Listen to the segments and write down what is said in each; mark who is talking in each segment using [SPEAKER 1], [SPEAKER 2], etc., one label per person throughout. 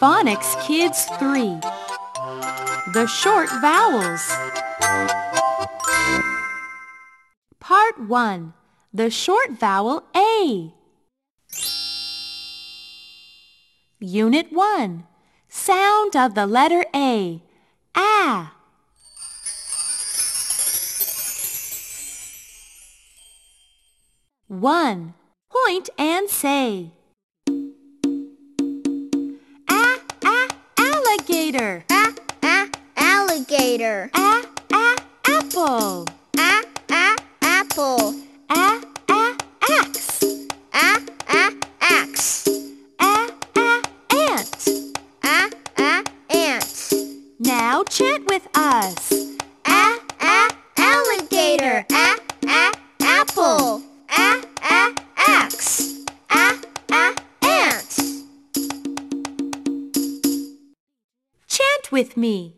[SPEAKER 1] Phonics Kids 3 The Short Vowels Part 1 The Short Vowel A Unit 1 Sound of the letter A Ah One. Point and say. Ah, ah, alligator.
[SPEAKER 2] Ah, ah, alligator.
[SPEAKER 1] Ah, ah, apple.
[SPEAKER 2] Ah, ah, apple.
[SPEAKER 1] Ah, ah, axe.
[SPEAKER 2] Ah, ah, axe.
[SPEAKER 1] Ah, ah, ant.
[SPEAKER 2] Ah, ah, ant.
[SPEAKER 1] Now chant with us.
[SPEAKER 2] Ah, ah, alligator. Ah, ah, apple. Ah, ah, axe. Ah, ah, ant.
[SPEAKER 1] Chant with me.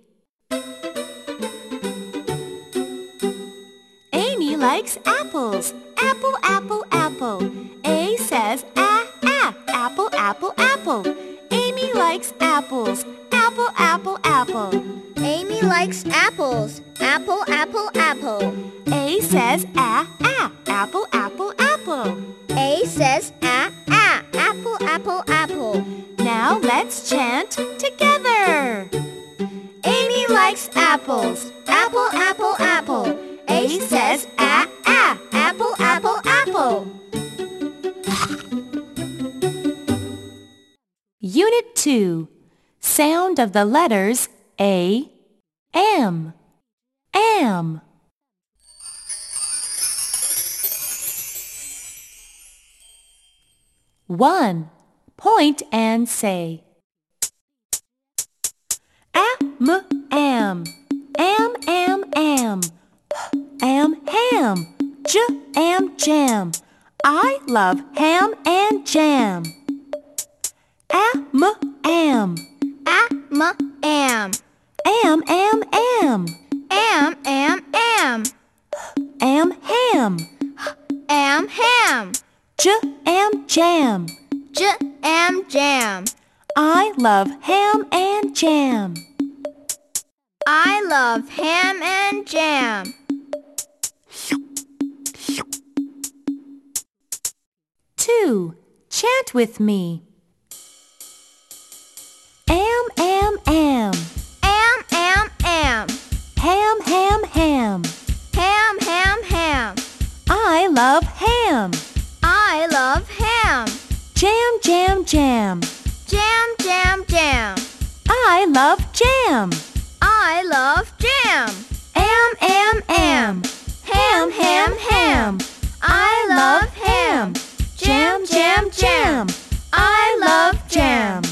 [SPEAKER 1] Amy likes apples. Apple, apple, apple. A says ah, ah. Apple, apple, apple. Amy likes apples. Apple, apple, apple.
[SPEAKER 2] Amy likes apples. Apple, apple, apple.
[SPEAKER 1] A says ah, ah. Apple, apple, apple.
[SPEAKER 2] A says ah, ah. Apple, apple, apple.
[SPEAKER 1] Now let's chant together.
[SPEAKER 2] Amy likes apples. Apple, apple, apple. A says ah, ah. Apple, apple, apple.
[SPEAKER 1] Unit 2. Sound of the letters A, M, am. One. Point and say. Am, am. Am, am, am. Am, ham. J, am, jam. I love ham and jam. Am, am.
[SPEAKER 2] Am, am.
[SPEAKER 1] Am, am, am.
[SPEAKER 2] Am, am, am.
[SPEAKER 1] Am, ham.
[SPEAKER 2] Am, ham.
[SPEAKER 1] J, am, jam.
[SPEAKER 2] J, am, jam.
[SPEAKER 1] I love ham and jam.
[SPEAKER 2] I love ham and jam.
[SPEAKER 1] Two. Chant with me. Am, am, am.
[SPEAKER 2] Am, am, am.
[SPEAKER 1] Ham, ham, ham.
[SPEAKER 2] Ham, ham, ham.
[SPEAKER 1] I love ham.
[SPEAKER 2] I love ham.
[SPEAKER 1] Jam, jam, jam.
[SPEAKER 2] Jam, jam, jam.
[SPEAKER 1] I love jam.
[SPEAKER 2] I love jam.
[SPEAKER 1] Am, am, am. Ham, ham, ham. I love ham. Jam, jam, jam. I love jam.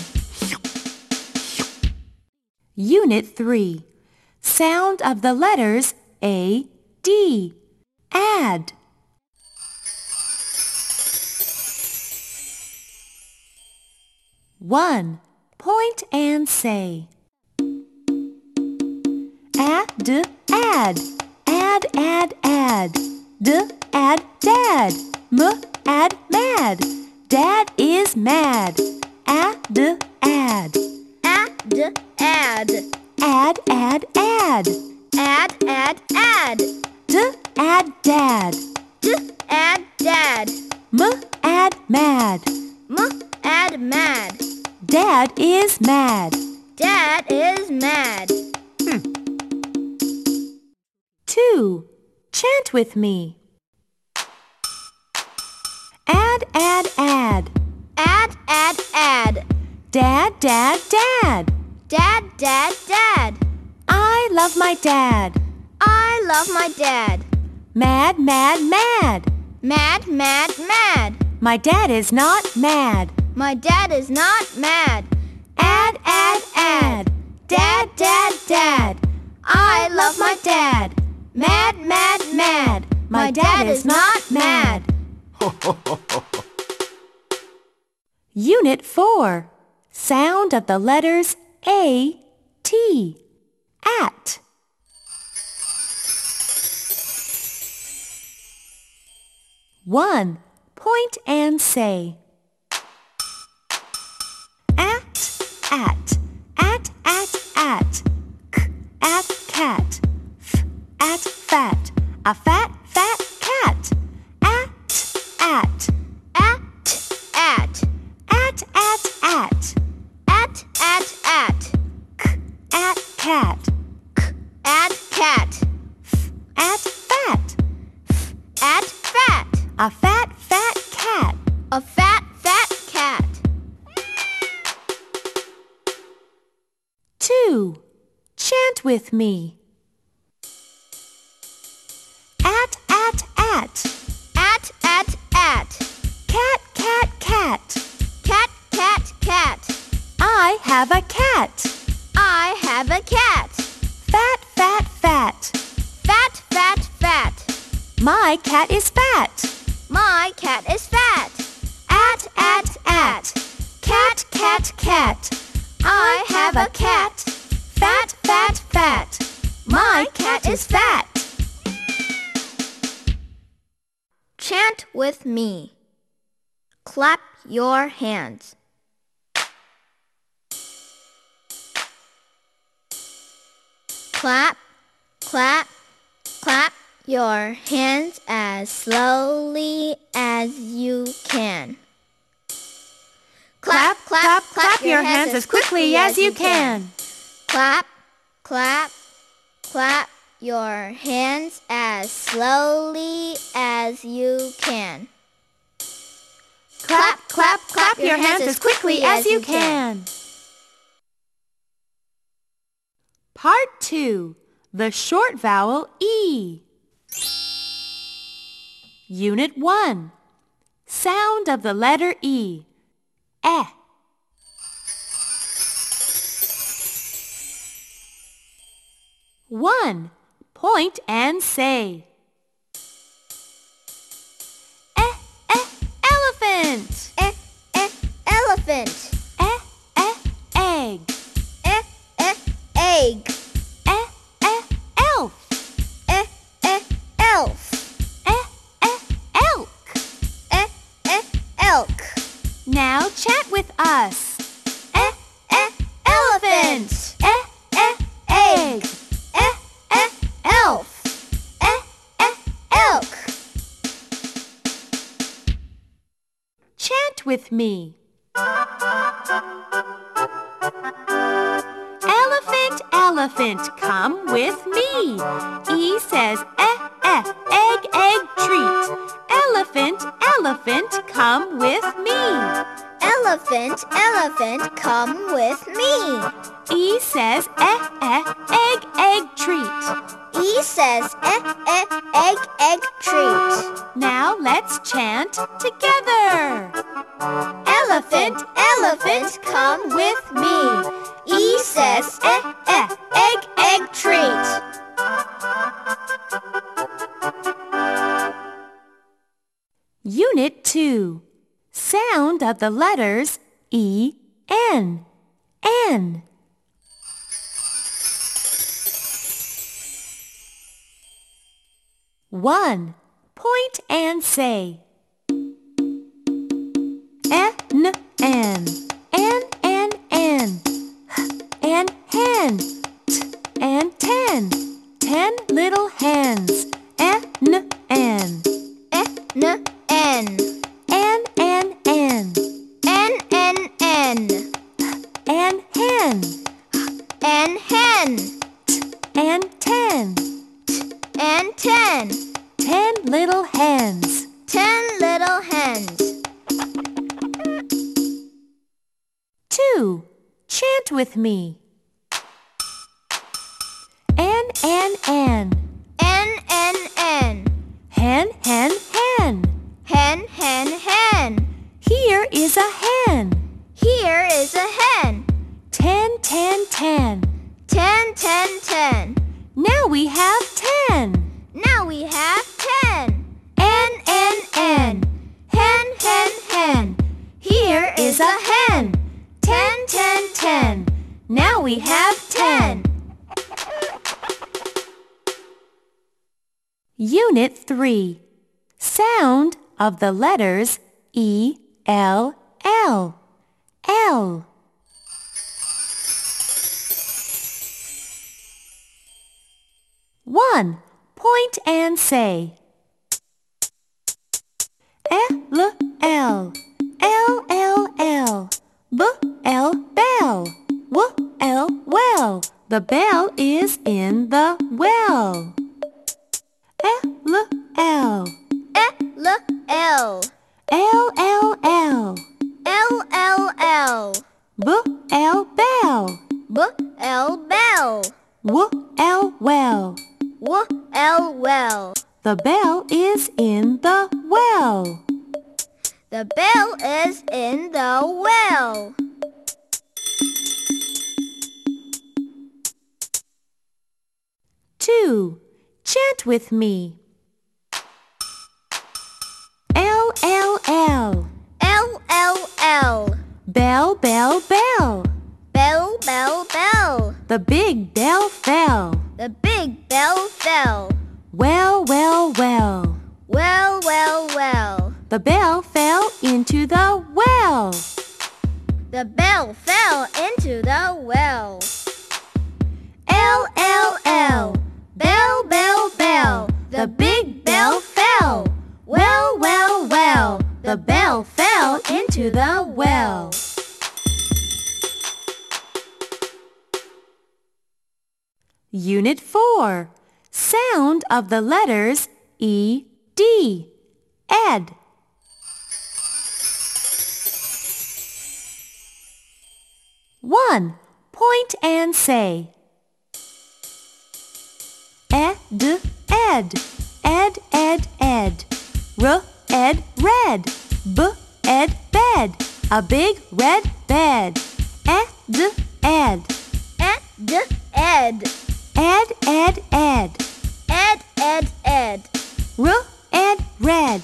[SPEAKER 1] Unit 3. Sound of the letters A, D. Add. One. Point and say. Add, add, add, add, add. D, add, dad. M, add, mad. Dad is mad. Add, add,
[SPEAKER 2] Add, add.
[SPEAKER 1] add, add, add.
[SPEAKER 2] Add, add, add.
[SPEAKER 1] D, add, dad.
[SPEAKER 2] D, add, dad.
[SPEAKER 1] M, add, mad.
[SPEAKER 2] M, add, mad.
[SPEAKER 1] Dad is mad.
[SPEAKER 2] Dad is mad.
[SPEAKER 1] Two. Chant with me. Add, add, add.
[SPEAKER 2] Add, add, add.
[SPEAKER 1] Dad, dad, dad.
[SPEAKER 2] Dad, dad, dad.
[SPEAKER 1] I love my dad.
[SPEAKER 2] I love my dad.
[SPEAKER 1] Mad, mad, mad.
[SPEAKER 2] Mad, mad, mad.
[SPEAKER 1] My dad is not mad.
[SPEAKER 2] My dad is not mad.
[SPEAKER 1] Add, add, add. Dad, dad, dad. I love my dad. Mad, mad, mad. My dad is not mad. Unit 4. Sound of the letters A, T. At. One. Point and say. At, at.
[SPEAKER 2] at fat.
[SPEAKER 1] A fat, fat cat.
[SPEAKER 2] A fat, fat cat.
[SPEAKER 1] Two. Chant with me. At, at, at.
[SPEAKER 2] At, at, at.
[SPEAKER 1] Cat, cat, cat.
[SPEAKER 2] Cat, cat, cat.
[SPEAKER 1] I have a cat.
[SPEAKER 2] I have a cat.
[SPEAKER 1] Fat, fat, fat.
[SPEAKER 2] Fat, fat, fat.
[SPEAKER 1] My cat is fat.
[SPEAKER 2] My cat is fat.
[SPEAKER 1] At, at, at. Cat, cat, cat. I have a cat. Fat, fat, fat. My cat is fat.
[SPEAKER 2] Chant with me. Clap your hands. Clap, clap, clap your hands as slowly as you can. Clap, clap, clap, your hands as quickly as you can. Clap, clap, clap your hands as slowly as you can.
[SPEAKER 1] Clap, clap, clap your hands as quickly as you can. Part 2. The short vowel E. Unit 1. Sound of the letter E. Eh. One. Point and say. Eh, eh, elephant.
[SPEAKER 2] Eh, eh, elephant.
[SPEAKER 1] Eh, eh, egg.
[SPEAKER 2] Eh, eh, egg.
[SPEAKER 1] Eh, eh, elf.
[SPEAKER 2] Eh, eh, elf.
[SPEAKER 1] Eh, eh, elk.
[SPEAKER 2] Eh, eh, elk.
[SPEAKER 1] Now chat with us.
[SPEAKER 2] Eh, eh, elephant.
[SPEAKER 1] Eh, eh, egg.
[SPEAKER 2] Eh, eh, elf. Eh, eh, elk.
[SPEAKER 1] Chant with me. Elephant, elephant, come with me. E says eh, eh, egg, egg, treat. Elephant, elephant, come with me.
[SPEAKER 2] Elephant, elephant, come with me.
[SPEAKER 1] E says eh, eh, egg, egg, treat.
[SPEAKER 2] E says eh, eh, egg, egg, treat.
[SPEAKER 1] Now let's chant together.
[SPEAKER 2] Elephant, elephant, come with me. E says eh, eh, egg, egg, treat.
[SPEAKER 1] Unit 2. Sound of the letters E, N, N. One. Point and say. N, N, N, N, N. And hen, t, and ten. Ten little hens. N, N.
[SPEAKER 2] Eh, N, N.
[SPEAKER 1] N, N, N.
[SPEAKER 2] N, N, N.
[SPEAKER 1] and hen
[SPEAKER 2] And hen.
[SPEAKER 1] and ten
[SPEAKER 2] And ten.
[SPEAKER 1] ten little hens
[SPEAKER 2] Ten little hens.
[SPEAKER 1] two chant with me an an an
[SPEAKER 2] N, N, N.
[SPEAKER 1] hen hen hen
[SPEAKER 2] Hen, hen, hen.
[SPEAKER 1] here is a hen
[SPEAKER 2] Here is a hen.
[SPEAKER 1] ten ten ten
[SPEAKER 2] Ten, ten, ten.
[SPEAKER 1] now we have ten
[SPEAKER 2] Now we have ten.
[SPEAKER 1] an an an
[SPEAKER 2] Hen, hen, hen.
[SPEAKER 1] here is a hen ten ten ten now we have ten Unit 3. Sound of the letters E, L, L. L. One. Point and say. L, L. L, L, L. B, L, bell. W, L, well. The bell is in the well. L L
[SPEAKER 2] E, L.
[SPEAKER 1] L L L.
[SPEAKER 2] L L L.
[SPEAKER 1] B L bell.
[SPEAKER 2] B L bell.
[SPEAKER 1] W L well.
[SPEAKER 2] W L well.
[SPEAKER 1] The bell is in the well.
[SPEAKER 2] The bell is in the well.
[SPEAKER 1] Two. Chant with me. L L L.
[SPEAKER 2] L L L.
[SPEAKER 1] Bell bell bell.
[SPEAKER 2] Bell bell bell.
[SPEAKER 1] The big bell fell.
[SPEAKER 2] The big bell fell.
[SPEAKER 1] Well well well.
[SPEAKER 2] Well well well.
[SPEAKER 1] The bell fell into the well.
[SPEAKER 2] The bell fell into the well.
[SPEAKER 1] L L L. Bell bell bell. The big bell fell. Well well well. The bell fell into the well. Unit 4. Sound of the letters E, D. Ed. One. Point and say. Ed, ed. Ed, ed, ed. R, ed, red. B, ed, bed. A big red bed. Ed, ed.
[SPEAKER 2] Ed ed.
[SPEAKER 1] Ed, ed, ed.
[SPEAKER 2] Ed ed ed.
[SPEAKER 1] R, ed, red.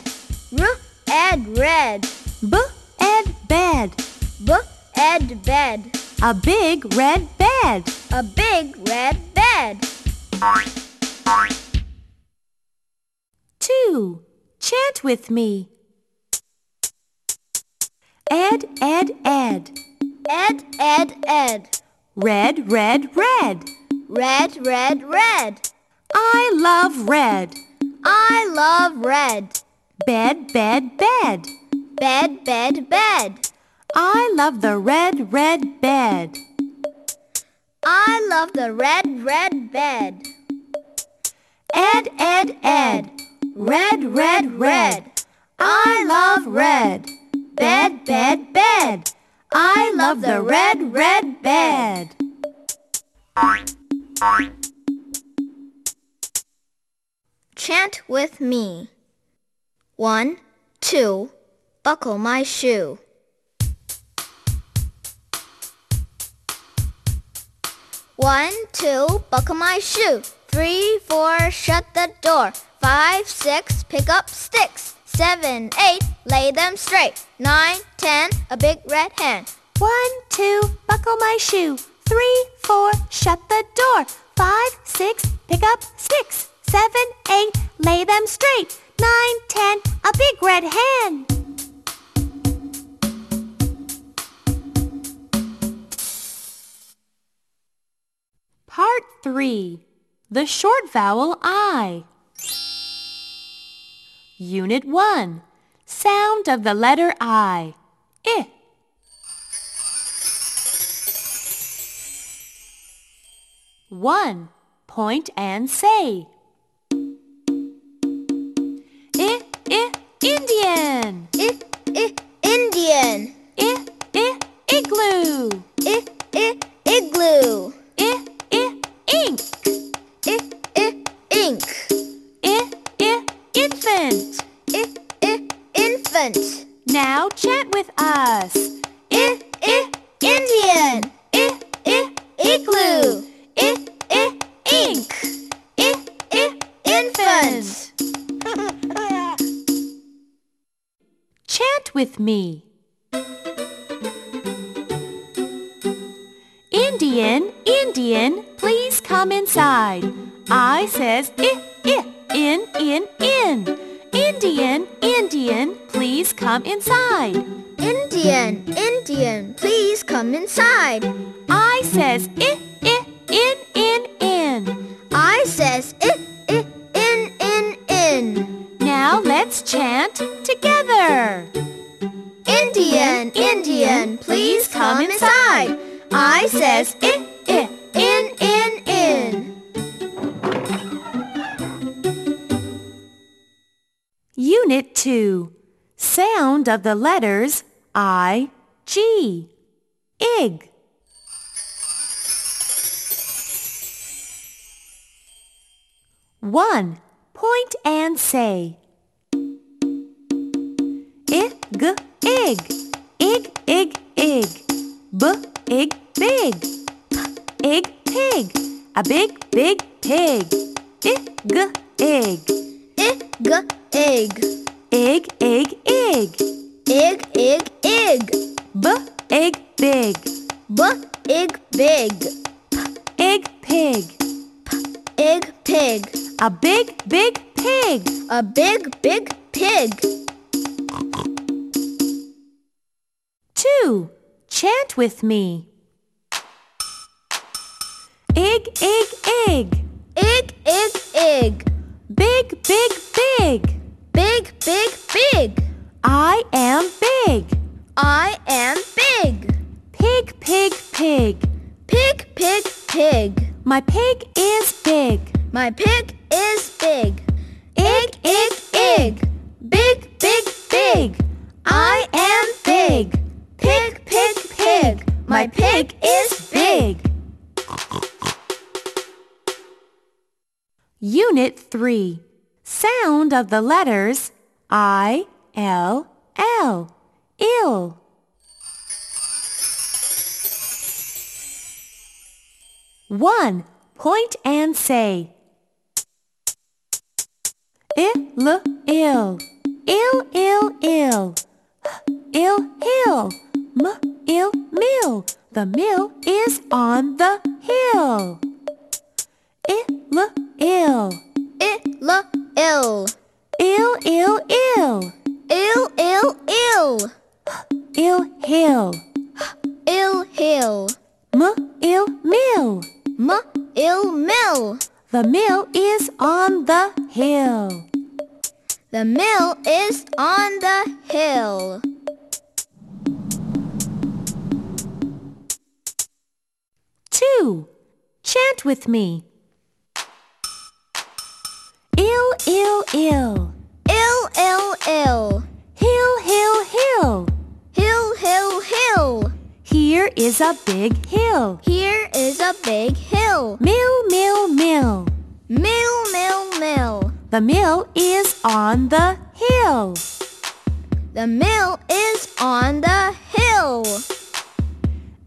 [SPEAKER 2] R ed red.
[SPEAKER 1] B, ed, bed.
[SPEAKER 2] B ed bed.
[SPEAKER 1] A big red bed.
[SPEAKER 2] A big red bed.
[SPEAKER 1] Two. Chant with me. Ed, ed, ed.
[SPEAKER 2] Ed ed ed.
[SPEAKER 1] Red, red, red.
[SPEAKER 2] Red red red.
[SPEAKER 1] I love red.
[SPEAKER 2] I love red.
[SPEAKER 1] Bed, bed, bed.
[SPEAKER 2] Bed bed bed.
[SPEAKER 1] I love the red, red bed.
[SPEAKER 2] I love the red red bed.
[SPEAKER 1] Ed, ed, ed. Red, red, red. I love red. Bed, bed, bed. I love the red, red bed.
[SPEAKER 2] Chant with me. One, two, buckle my shoe. One, two, buckle my shoe. Three, four, shut the door. Five, six, pick up sticks. Seven, eight, lay them straight. Nine, ten, a big red hen.
[SPEAKER 1] One, two, buckle my shoe. Three, four, shut the door. Five, six, pick up sticks. Seven, eight, lay them straight. Nine, ten, a big red hen. Part 3. The short vowel I. Unit 1. Sound of the letter I. I. One. Point and say. I, I, Indian.
[SPEAKER 2] I I Indian.
[SPEAKER 1] I, I, igloo.
[SPEAKER 2] I I igloo.
[SPEAKER 1] I, I, ink.
[SPEAKER 2] I I ink.
[SPEAKER 1] I, I, infant.
[SPEAKER 2] I I infant.
[SPEAKER 1] Now chant with us.
[SPEAKER 2] I I Indian.
[SPEAKER 1] I, I, igloo. I, I, ink. I, I, infant.
[SPEAKER 2] Infant.
[SPEAKER 1] Chant with me. Indian, Indian, please come inside. I says I, I, in, in, in. Indian, Indian, please come inside.
[SPEAKER 2] Indian, Indian, please come inside.
[SPEAKER 1] I says I, I, in, in, in.
[SPEAKER 2] I says I I in in in.
[SPEAKER 1] Now let's chant together.
[SPEAKER 2] Indian, Indian, please come inside. I says I I in in in.
[SPEAKER 1] Unit 2. Sound of the letters I, G. Ig. One. Point and say. Ig, ig. Ig, ig, ig. B, ig, big. P, ig, pig. A big, big pig. Ig, ig.
[SPEAKER 2] Ig, egg.
[SPEAKER 1] Ig, ig, ig.
[SPEAKER 2] Ig, ig, ig.
[SPEAKER 1] B, ig, big.
[SPEAKER 2] B, ig, big.
[SPEAKER 1] Ig, pig.
[SPEAKER 2] Ig, pig.
[SPEAKER 1] A big, big pig.
[SPEAKER 2] A big, big pig.
[SPEAKER 1] Two. Chant with me. Ig, ig, ig.
[SPEAKER 2] Ig, ig, ig.
[SPEAKER 1] Big, big, big.
[SPEAKER 2] Big, big, big.
[SPEAKER 1] I am big.
[SPEAKER 2] I am big.
[SPEAKER 1] Pig, pig, pig.
[SPEAKER 2] Pig, pig, pig.
[SPEAKER 1] My pig is big.
[SPEAKER 2] My pig is big.
[SPEAKER 1] Ig, ig, ig. Big, big, big. I am big. Pig, pig, pig. My pig is big. Unit 3. Sound of the letters I, L, L. Ill. One. Point and say. Ill, ill. Ill, ill, ill. Ill, hill. M, ill, mill. The mill is on the hill. Ill, ill.
[SPEAKER 2] Ill, ill.
[SPEAKER 1] Ill, ill, ill.
[SPEAKER 2] Ill, ill, ill.
[SPEAKER 1] Ill, hill.
[SPEAKER 2] Ill, hill.
[SPEAKER 1] M, ill, mill.
[SPEAKER 2] M, ill, mill.
[SPEAKER 1] The mill is on the hill.
[SPEAKER 2] The mill is on the hill.
[SPEAKER 1] Two. Chant with me. Ill, ill, ill.
[SPEAKER 2] Ill, ill, ill.
[SPEAKER 1] Hill, hill, hill.
[SPEAKER 2] Hill, hill, hill.
[SPEAKER 1] Here is a big hill.
[SPEAKER 2] Here is a big hill.
[SPEAKER 1] Mill, mill, mill.
[SPEAKER 2] Mill, mill, mill.
[SPEAKER 1] The mill is on the hill.
[SPEAKER 2] The mill is on the hill.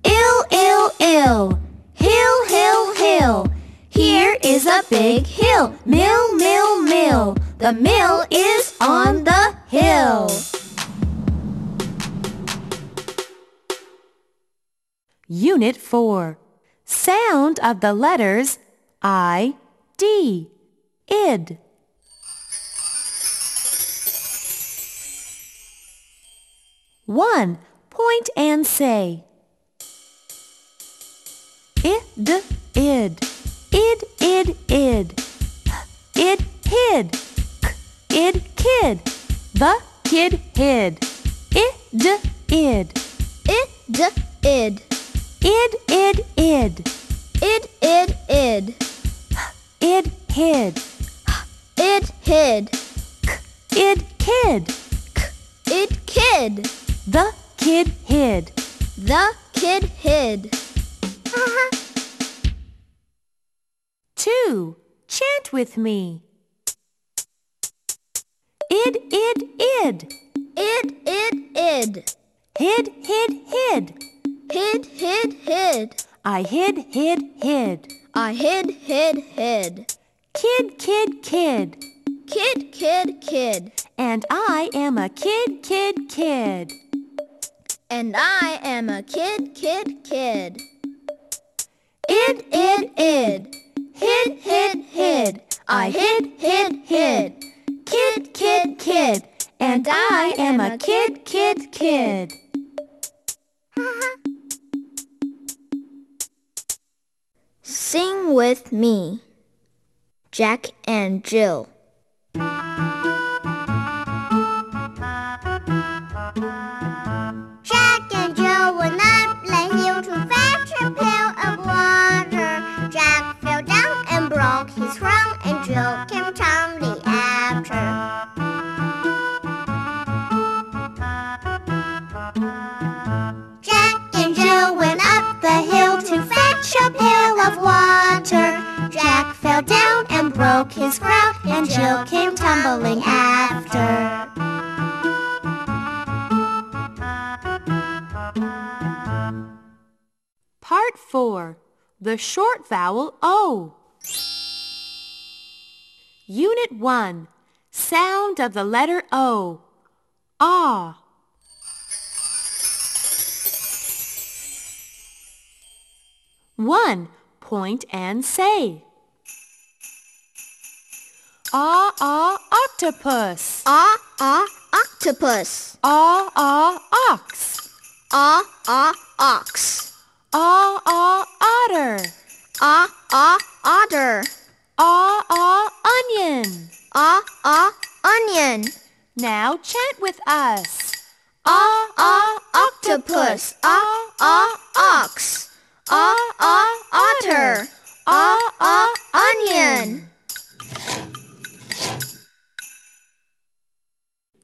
[SPEAKER 1] Ill, ill, ill. Hill, hill, hill. Here is a big hill. Mill, mill, mill. The mill is on the hill. Unit 4. Sound of the letters I, D. Id. One. Point and say. Id, id. Id, id, id. Id, hid. K, id, kid. The kid hid. Id, id.
[SPEAKER 2] Id, id.
[SPEAKER 1] Id, id, id.
[SPEAKER 2] Id, id, id.
[SPEAKER 1] Id, hid.
[SPEAKER 2] Id, hid.
[SPEAKER 1] K, id, kid.
[SPEAKER 2] Id, kid.
[SPEAKER 1] The kid hid.
[SPEAKER 2] The kid hid.
[SPEAKER 1] Two. Chant with me. Id, id, id.
[SPEAKER 2] Id, id, id.
[SPEAKER 1] Hid, hid, hid.
[SPEAKER 2] Hid, hid, hid.
[SPEAKER 1] I hid, hid, hid.
[SPEAKER 2] I hid, hid, hid.
[SPEAKER 1] Kid, kid, kid.
[SPEAKER 2] Kid, kid, kid.
[SPEAKER 1] And I am a kid, kid, kid.
[SPEAKER 2] And I am a kid, kid, kid.
[SPEAKER 1] Id, id, id.
[SPEAKER 2] Hid, hid, hid. I hid, hid, hid.
[SPEAKER 1] Kid, kid, kid. And I am a kid, kid, kid.
[SPEAKER 2] Sing with me. Jack and Jill.
[SPEAKER 3] Jack and Jill would not let him to fetch a pail of water. Jack fell down and broke his crown, and Jill came tumbling after.
[SPEAKER 1] The short vowel O. Unit 1. Sound of the letter O. Ah. One. Point and say. Ah, ah, octopus.
[SPEAKER 2] Ah, ah, octopus.
[SPEAKER 1] Ah, ah, ox.
[SPEAKER 2] Ah, ah, ox.
[SPEAKER 1] Ah, ah, otter.
[SPEAKER 2] Ah, ah, otter.
[SPEAKER 1] Ah, ah, onion.
[SPEAKER 2] Ah, ah, onion.
[SPEAKER 1] Now chant with us.
[SPEAKER 2] Ah, ah, octopus. Ah, ah, ox. Ah, ah, otter. Ah, ah, onion.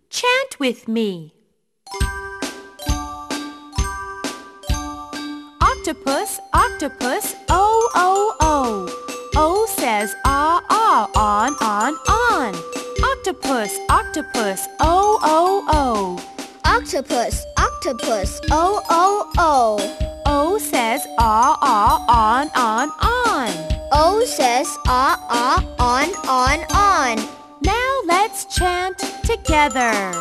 [SPEAKER 1] Chant with me. Octopus, octopus, O, O, O. O says ah, ah, on, on, on. Octopus, octopus, oh, O, O, O.
[SPEAKER 2] Octopus, octopus. O, o, o.
[SPEAKER 1] O says ah, ah, on, on, on.
[SPEAKER 2] O says ah, ah, on, on, on.
[SPEAKER 1] Now let's chant together.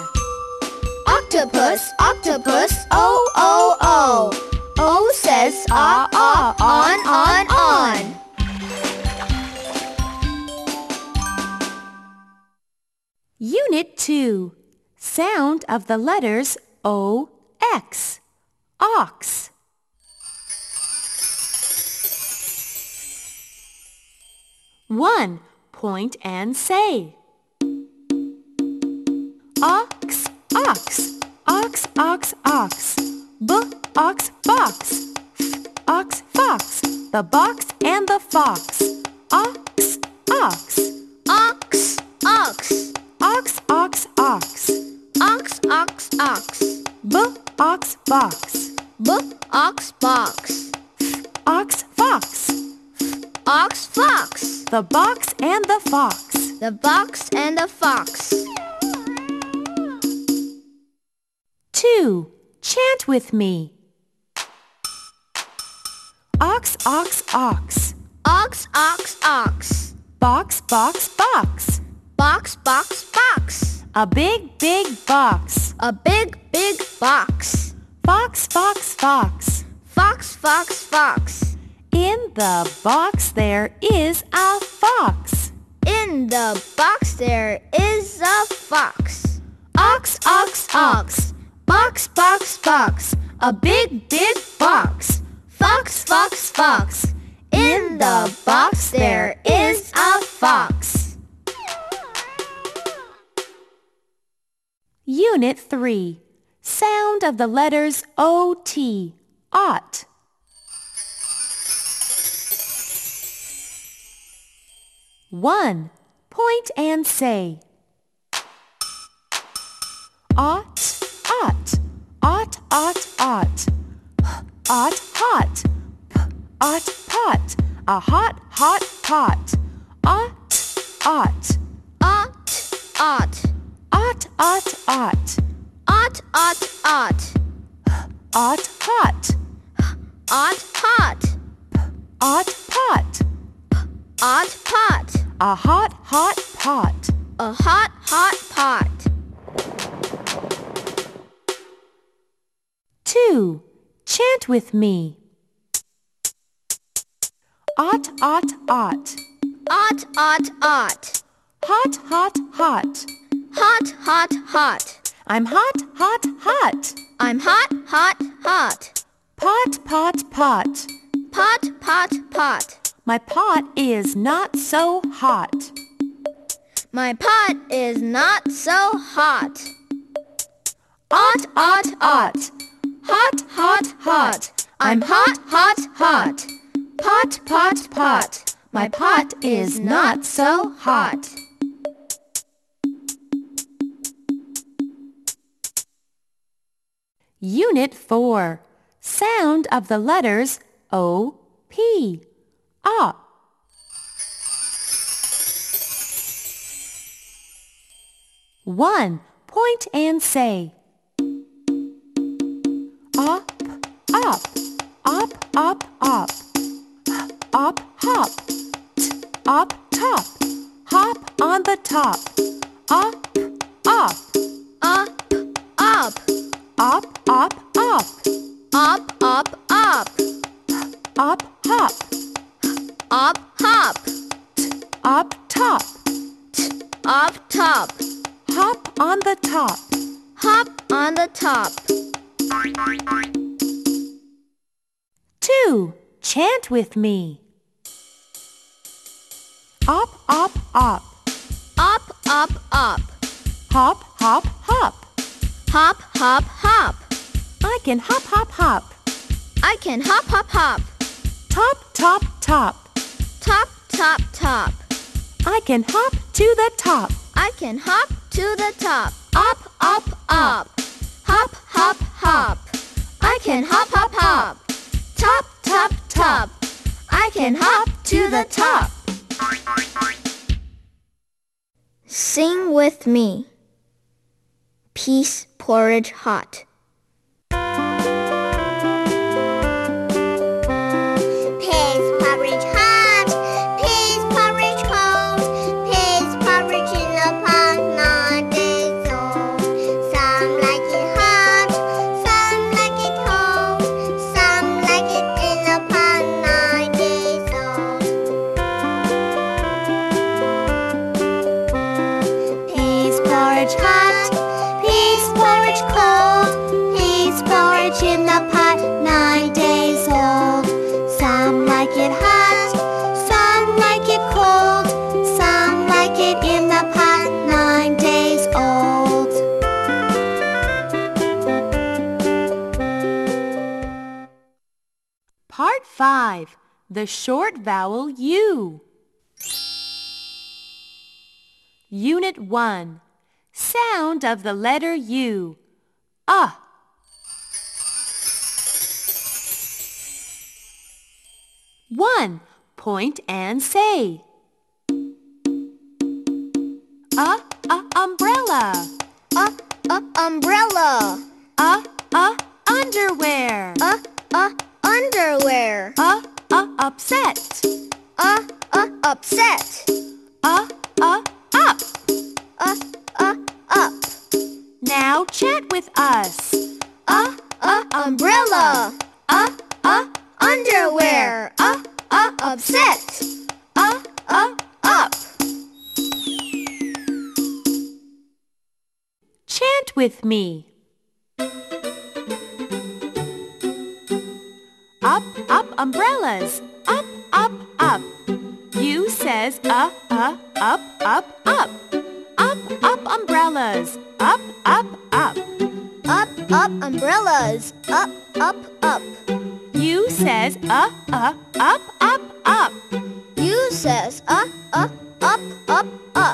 [SPEAKER 2] Octopus, octopus, O, O, O. O says ah, ah, on, on, on.
[SPEAKER 1] Unit 2. Sound of the letters O, X. Ox. One. Point and say. Ox, ox, ox, ox, ox. B, ox, box. F, ox, fox. The box and the fox. Ox, ox,
[SPEAKER 2] Ox, ox.
[SPEAKER 1] ox, ox, ox.
[SPEAKER 2] Ox, ox, ox.
[SPEAKER 1] B, ox, box.
[SPEAKER 2] Book, ox, box.
[SPEAKER 1] Ox, fox.
[SPEAKER 2] Ox, fox.
[SPEAKER 1] The box and the fox.
[SPEAKER 2] The box and the fox.
[SPEAKER 1] Two. Chant with me. Ox, ox, ox.
[SPEAKER 2] Ox, ox, ox.
[SPEAKER 1] Box, box, box.
[SPEAKER 2] Box, box, box.
[SPEAKER 1] A big, big box.
[SPEAKER 2] A big, big box.
[SPEAKER 1] Fox, fox, fox.
[SPEAKER 2] Fox, fox, fox.
[SPEAKER 1] In the box there is a fox.
[SPEAKER 2] In the box there is a fox. Ox, ox, ox. Box, box, box. A big, big box. Fox, fox, fox. In the box there is a fox.
[SPEAKER 1] Unit 3. Sound of the letters O-T. Ought. One. Point and say. Ought, ought, ought, ought, ought. H, Ought, hot. P, Ought, pot. A hot, hot pot. Ought, ought,
[SPEAKER 2] Ought, ought.
[SPEAKER 1] ought, ought, ought.
[SPEAKER 2] Ought, ought, ought.
[SPEAKER 1] Ought, hot.
[SPEAKER 2] Ought, hot.
[SPEAKER 1] Ought, pot.
[SPEAKER 2] Ought, pot.
[SPEAKER 1] A hot, hot pot.
[SPEAKER 2] A hot, hot pot.
[SPEAKER 1] Two. Chant with me. Ought, ought, ought.
[SPEAKER 2] Ought, ought, ought.
[SPEAKER 1] Hot, hot, hot.
[SPEAKER 2] Hot, hot, hot.
[SPEAKER 1] I'm hot, hot, hot.
[SPEAKER 2] I'm hot, hot, hot.
[SPEAKER 1] Pot, pot, pot.
[SPEAKER 2] Pot, pot, pot.
[SPEAKER 1] My pot is not so hot.
[SPEAKER 2] My pot is not so hot. Ought, ought, ought. Hot, hot, hot. I'm hot, hot, hot. Pot, pot, pot. My pot is not so hot.
[SPEAKER 1] Unit 4. Sound of the letters O, P. Op. One. Point and say. Up, up, up, up, up. H, op, hop. T, op, top. Hop on the top. Op, op.
[SPEAKER 2] Up, up,
[SPEAKER 1] Op, op, op.
[SPEAKER 2] up, up, up,
[SPEAKER 1] Op, hop.
[SPEAKER 2] up, hop,
[SPEAKER 1] Op, top.
[SPEAKER 2] up top,
[SPEAKER 1] Hop on the top.
[SPEAKER 2] hop on the top.
[SPEAKER 1] Two. Chant with me. Op, op, op.
[SPEAKER 2] Up, up, up,
[SPEAKER 1] Hop, hop, hop.
[SPEAKER 2] hop, hop, hop.
[SPEAKER 1] I can hop, hop, hop.
[SPEAKER 2] I can hop, hop, hop,
[SPEAKER 1] Top, top, top.
[SPEAKER 2] top, top, top.
[SPEAKER 1] I can hop to the top.
[SPEAKER 2] I can hop to the top. Up, up, up. Hop, hop, hop. I can hop, hop, hop. Top, top, top. I can hop to the top. Sing with me. Peace porridge hot.
[SPEAKER 3] Pig's porridge hot, pig's porridge cold, pig's porridge in a pot nine days old. Some like it hot, some like it cold, some like it in a pot nine days old. Peas porridge hot, peas porridge cold, peas porridge in the pot nine days old. Some like it hot, some like it cold, some like it in the pot nine days old.
[SPEAKER 1] Part 5. The short vowel U. Unit 1. Sound of the letter U. Uh. One. Point and say. Uh, uh, umbrella.
[SPEAKER 2] Uh, uh, umbrella.
[SPEAKER 1] Uh, uh, underwear.
[SPEAKER 2] Uh, uh, underwear.
[SPEAKER 1] Uh, uh, upset.
[SPEAKER 2] Uh, uh, upset.
[SPEAKER 1] Uh, uh, up.
[SPEAKER 2] Uh, uh, up.
[SPEAKER 1] Now chant with us.
[SPEAKER 2] Uh, uh, umbrella.
[SPEAKER 1] Uh, uh,
[SPEAKER 2] Underwear. Uh, uh, upset.
[SPEAKER 1] uh, uh, up. Chant with me. Up, up, umbrellas. Up, up, up. You says uh, uh, up, up, up. Up, up, umbrellas. Up, up, up.
[SPEAKER 2] Up, up, umbrellas. Up, up, up.
[SPEAKER 1] You says uh, uh, up, up, up.
[SPEAKER 2] You says uh, uh, up, up, up.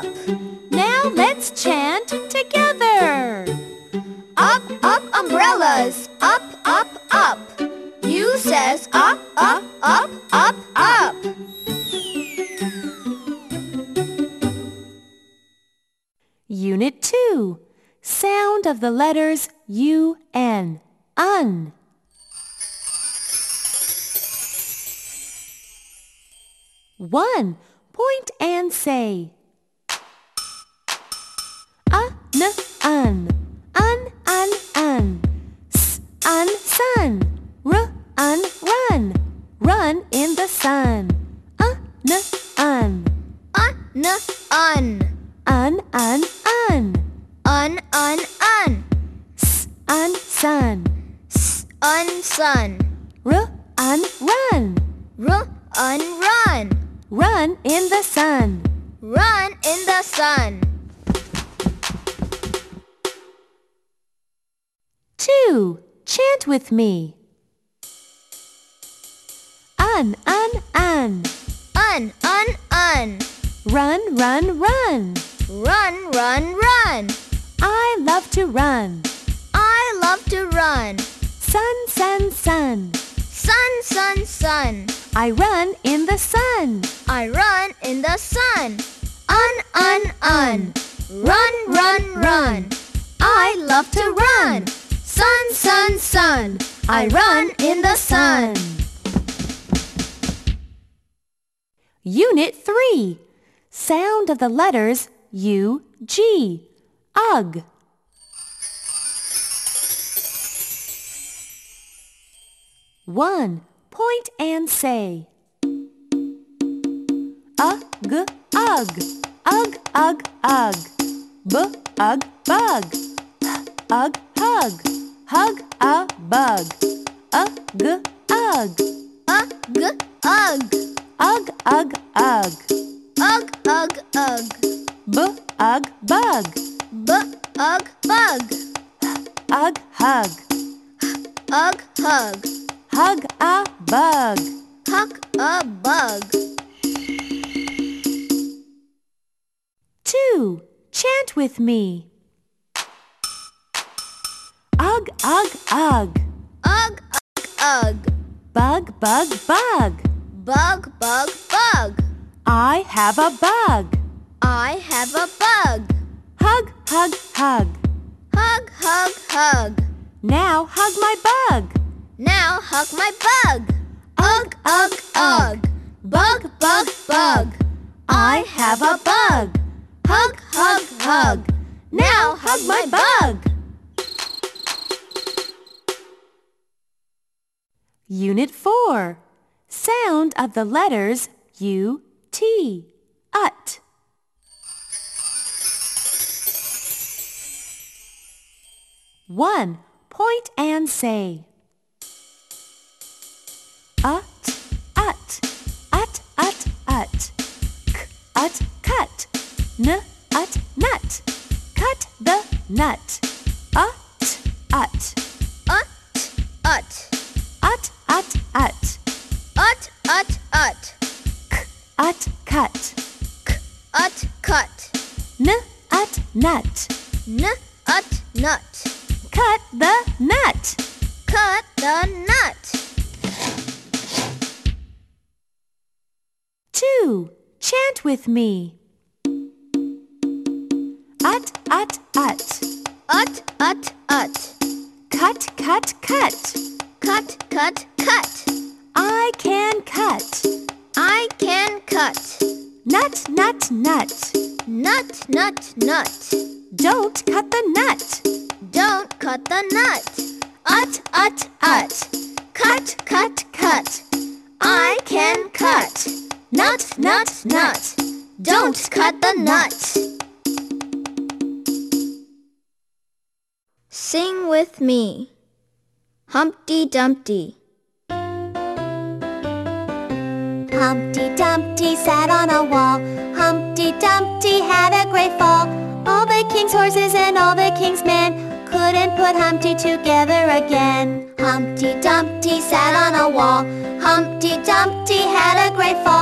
[SPEAKER 1] Now let's chant together.
[SPEAKER 2] Up, up, umbrellas. Up, up, up. You says up, up, up, up, up.
[SPEAKER 1] Unit 2. Sound of the letters U N. Un. One. Point and say. Un, un, un, un, un. S, un, sun. R, un, run. Run in the sun. Un, un.
[SPEAKER 2] Un, un.
[SPEAKER 1] Un, un, un.
[SPEAKER 2] Un, un, un.
[SPEAKER 1] S, un, sun.
[SPEAKER 2] S, un, sun.
[SPEAKER 1] R, un, run.
[SPEAKER 2] R, un, run.
[SPEAKER 1] Run in the sun.
[SPEAKER 2] Run in the sun.
[SPEAKER 1] Two. Chant with me. Un, un, un.
[SPEAKER 2] Un, un, un.
[SPEAKER 1] Run, run, run.
[SPEAKER 2] Run, run, run.
[SPEAKER 1] I love to run.
[SPEAKER 2] I love to run.
[SPEAKER 1] Sun, sun, sun.
[SPEAKER 2] Sun, sun, sun.
[SPEAKER 1] I run in the sun.
[SPEAKER 2] I run in the sun. Un, un, un. Run, run, run. I love to run. Sun, sun, sun. I run in the sun.
[SPEAKER 1] Unit 3. Sound of the letters U, G. Ug. One. Point and say. Ug, ug. Ug, ug, ug. B, ug, bug. H, Ug, hug. Hug, a bug. Ug, ug.
[SPEAKER 2] Ugh, ugh,
[SPEAKER 1] Ug, ug, ug.
[SPEAKER 2] ugh, ugh, ugh.
[SPEAKER 1] B, ug, bug.
[SPEAKER 2] B, ugh, bug.
[SPEAKER 1] Ug, hug.
[SPEAKER 2] Ugh, hug.
[SPEAKER 1] Hug, a bug.
[SPEAKER 2] Huck a bug.
[SPEAKER 1] Two. Chant with me. Ug, ug, ug.
[SPEAKER 2] Ugh, ugh, ugh.
[SPEAKER 1] Bug, bug, bug.
[SPEAKER 2] Bug, bug, bug.
[SPEAKER 1] I have a bug.
[SPEAKER 2] I have a bug.
[SPEAKER 1] Hug, hug, hug.
[SPEAKER 2] Hug, hug, hug.
[SPEAKER 1] Now hug my bug.
[SPEAKER 2] Now hug my bug. Ugh, ugh, ugh. Bug, bug, bug.
[SPEAKER 1] I have a bug.
[SPEAKER 2] Hug, hug, hug.
[SPEAKER 1] Now hug my bug. Unit 4. Sound of the letters U, T. Ut. One. Point and say. Ut, ut, ut, ut, ut. K, ut, cut. N, ut, nut. Cut the nut. Ut, ut,
[SPEAKER 2] Ut, ut.
[SPEAKER 1] ut, ut, ut.
[SPEAKER 2] Ut, ut, ut.
[SPEAKER 1] K, ut, cut.
[SPEAKER 2] K, ut, cut.
[SPEAKER 1] N, ut, nut.
[SPEAKER 2] N, ut, nut.
[SPEAKER 1] Cut the nut.
[SPEAKER 2] Cut the nut.
[SPEAKER 1] Two. Chant with me. Ut, ut, ut.
[SPEAKER 2] Ut, ut, ut.
[SPEAKER 1] Cut, cut, cut.
[SPEAKER 2] Cut, cut, cut.
[SPEAKER 1] I can cut.
[SPEAKER 2] I can cut.
[SPEAKER 1] Nut, nut, nut.
[SPEAKER 2] Nut, nut, nut.
[SPEAKER 1] Don't cut the nut.
[SPEAKER 2] Don't cut the nut. Ut, ut, ut. Cut, cut, cut. I can cut. Nut, nut, nut. Don't cut the nut. Sing with me. Humpty Dumpty.
[SPEAKER 3] Humpty Dumpty sat on a wall. Humpty Dumpty had a great fall. All the king's horses and all the king's men couldn't put Humpty together again. Humpty Dumpty sat on a wall. Humpty Dumpty had a great fall.